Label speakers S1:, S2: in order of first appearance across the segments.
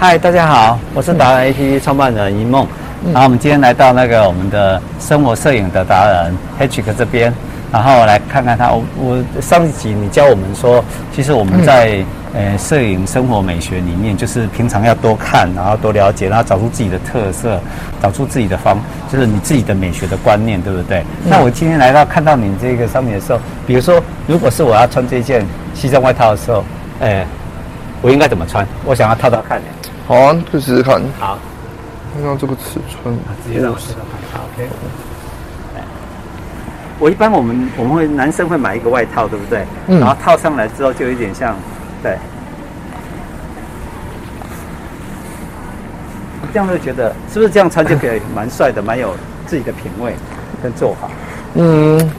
S1: 嗨，大家好，我是达人 APP 创办人一梦。然后我们今天来到那个我们的生活摄影的达人 Hedrick 这边，然后来看看他。我我上一集你教我们说，其实我们在、呃摄影生活美学里面，就是平常要多看，然后多了解，然后找出自己的特色，找出自己的方，就是你自己的美学的观念，对不对？那我今天来到看到你这个商品的时候，比如说，如果是我要穿这件西装外套的时候，呃，我应该怎么穿？我想要套套看。
S2: 好啊，可以试试看。
S1: 好，
S2: 看看这个尺寸，
S1: 直接让我试试看。好，OK。我一般我们我们会男生会买一个外套，对不对？
S2: 嗯
S1: 然后套上来之后就有一点像，对。这样就觉得是不是这样穿就可以蛮帅的，蛮有自己的品味跟做法。
S2: 嗯，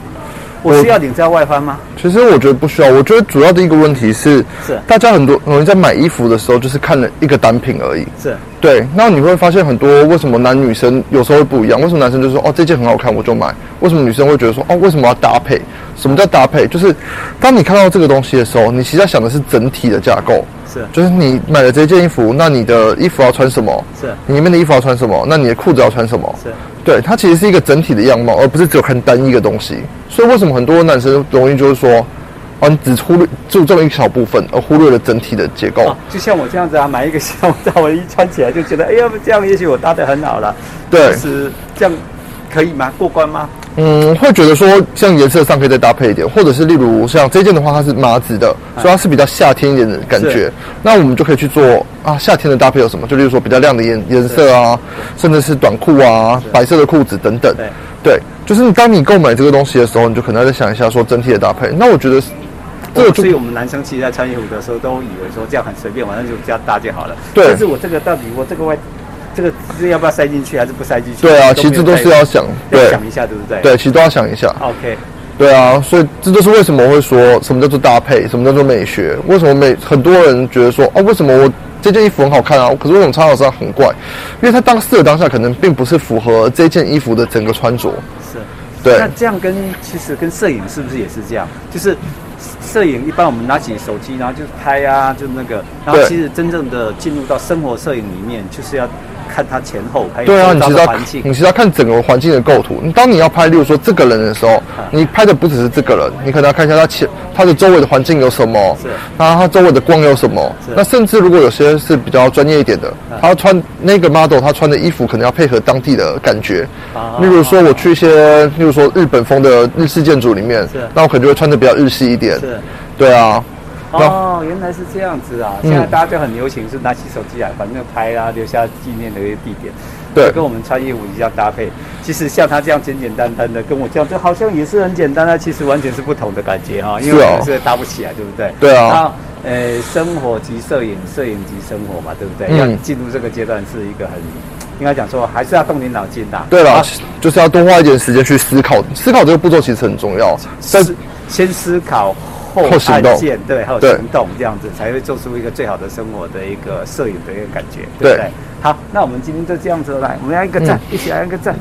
S1: 我需要领子要外翻吗？
S2: 其实我觉得不需要。我觉得主要的一个问题是，
S1: 是
S2: 大家很多很容易在买衣服的时候就是看了一个单品而已。
S1: 是
S2: 对，那你会发现很多为什么男女生有时候会不一样？为什么男生就说哦这件很好看我就买？为什么女生会觉得说哦为什么要搭配？什么叫搭配？就是当你看到这个东西的时候，你其实在想的是整体的架构。
S1: 是
S2: 就是你买了这件衣服，那你的衣服要穿什么？
S1: 是
S2: 你里面的衣服要穿什么？那你的裤子要穿什么？
S1: 是
S2: 对，它其实是一个整体的样貌，而不是只有看单一个东西。所以为什么很多男生容易就是说，啊，你只忽略注重一小部分，而忽略了整体的结构。
S1: 哦，就像我这样子啊，买一个西装套，我一穿起来就觉得，哎呀，这样也许我搭的很好了。
S2: 对
S1: 其实这样可以吗？过关吗？
S2: 嗯，会觉得说像颜色上可以再搭配一点，或者是例如像这件的话，它是麻质的，所以它是比较夏天一点的感觉
S1: 嗯是。
S2: 那我们就可以去做啊，夏天的搭配有什么？就例如说比较亮的颜颜色啊，甚至是短裤啊、白色的裤子等等。
S1: 对
S2: 对，就是你当你购买这个东西的时候，你就可能要再想一下说整体的搭配。那我觉得这个
S1: 我
S2: 就
S1: 哦所以我们男生其实在穿衣服的时候都以为说这样很随便，反正就这样搭就好了。
S2: 对
S1: 但是我这个到底我这个外，这个是要不要塞进去还是不塞进去？
S2: 对
S1: 没
S2: 啊，
S1: 有
S2: 其实这都是要想，
S1: 要
S2: 对
S1: 想一下，对不对？
S2: 对，其实都要想一下。
S1: ，OK，
S2: 对啊，所以这就是为什么我会说什么叫做搭配，什么叫做美学。为什么美很多人觉得说哦，为什么我这件衣服很好看啊？可是为什么穿到身上很怪？因为它当时的当下可能并不是符合这件衣服的整个穿着。
S1: 是。
S2: 对
S1: 那这样跟其实跟摄影是不是也是这样？就是摄影一般我们拿起手机，然后就拍啊，就那个，然后
S2: 对
S1: 其实真正的进入到生活摄影里面，就是要看它前后，还有
S2: 对
S1: 周
S2: 啊，你
S1: 遭
S2: 其实
S1: 的
S2: 要
S1: 环境
S2: 你。其实要看整个环境的构图。你当你要拍，例如说这个人的时候，
S1: 嗯
S2: 你拍的不只是这个人，你可能要看一下他前他的周围的环境有什么
S1: 是，
S2: 然后他周围的光有什么
S1: 是。嗯
S2: 那甚至如果有些是比较专业一点的，他穿那个 model 他穿的衣服可能要配合当地的感觉
S1: 啊。
S2: 例如说我去一些，例如说日本风的日式建筑里面
S1: 是，
S2: 那我可能就会穿的比较日系一点。
S1: 是。
S2: 对啊，
S1: 哦，原来是这样子啊！
S2: 嗯
S1: 现在大家就很流行是拿起手机来，反正拍啊，留下纪念的一个地点。
S2: 对
S1: 就跟我们穿衣服一样搭配。其实像他这样简简单单的，跟我这样，这好像也是很简单啊，其实完全是不同的感觉哈、啊因为
S2: 是哦
S1: 我们是搭不起来，对不对？
S2: 对啊
S1: 然后呃，生活及摄影，摄影及生活嘛，对不对？
S2: 嗯
S1: 要进入这个阶段是一个很，应该讲说还是要动点脑筋的、
S2: 对了
S1: 啊，
S2: 就是要多花一点时间去思考，思考这个步骤其实很重要。但
S1: 思先思考后
S2: 后行
S1: 按
S2: 动
S1: 键，对，还有
S2: 对
S1: 行动，这样子才会做出一个最好的生活的一个摄影的一个感觉，对不对？
S2: 对
S1: 好，那我们今天就这样子来，我们来一个赞，一起来一个赞，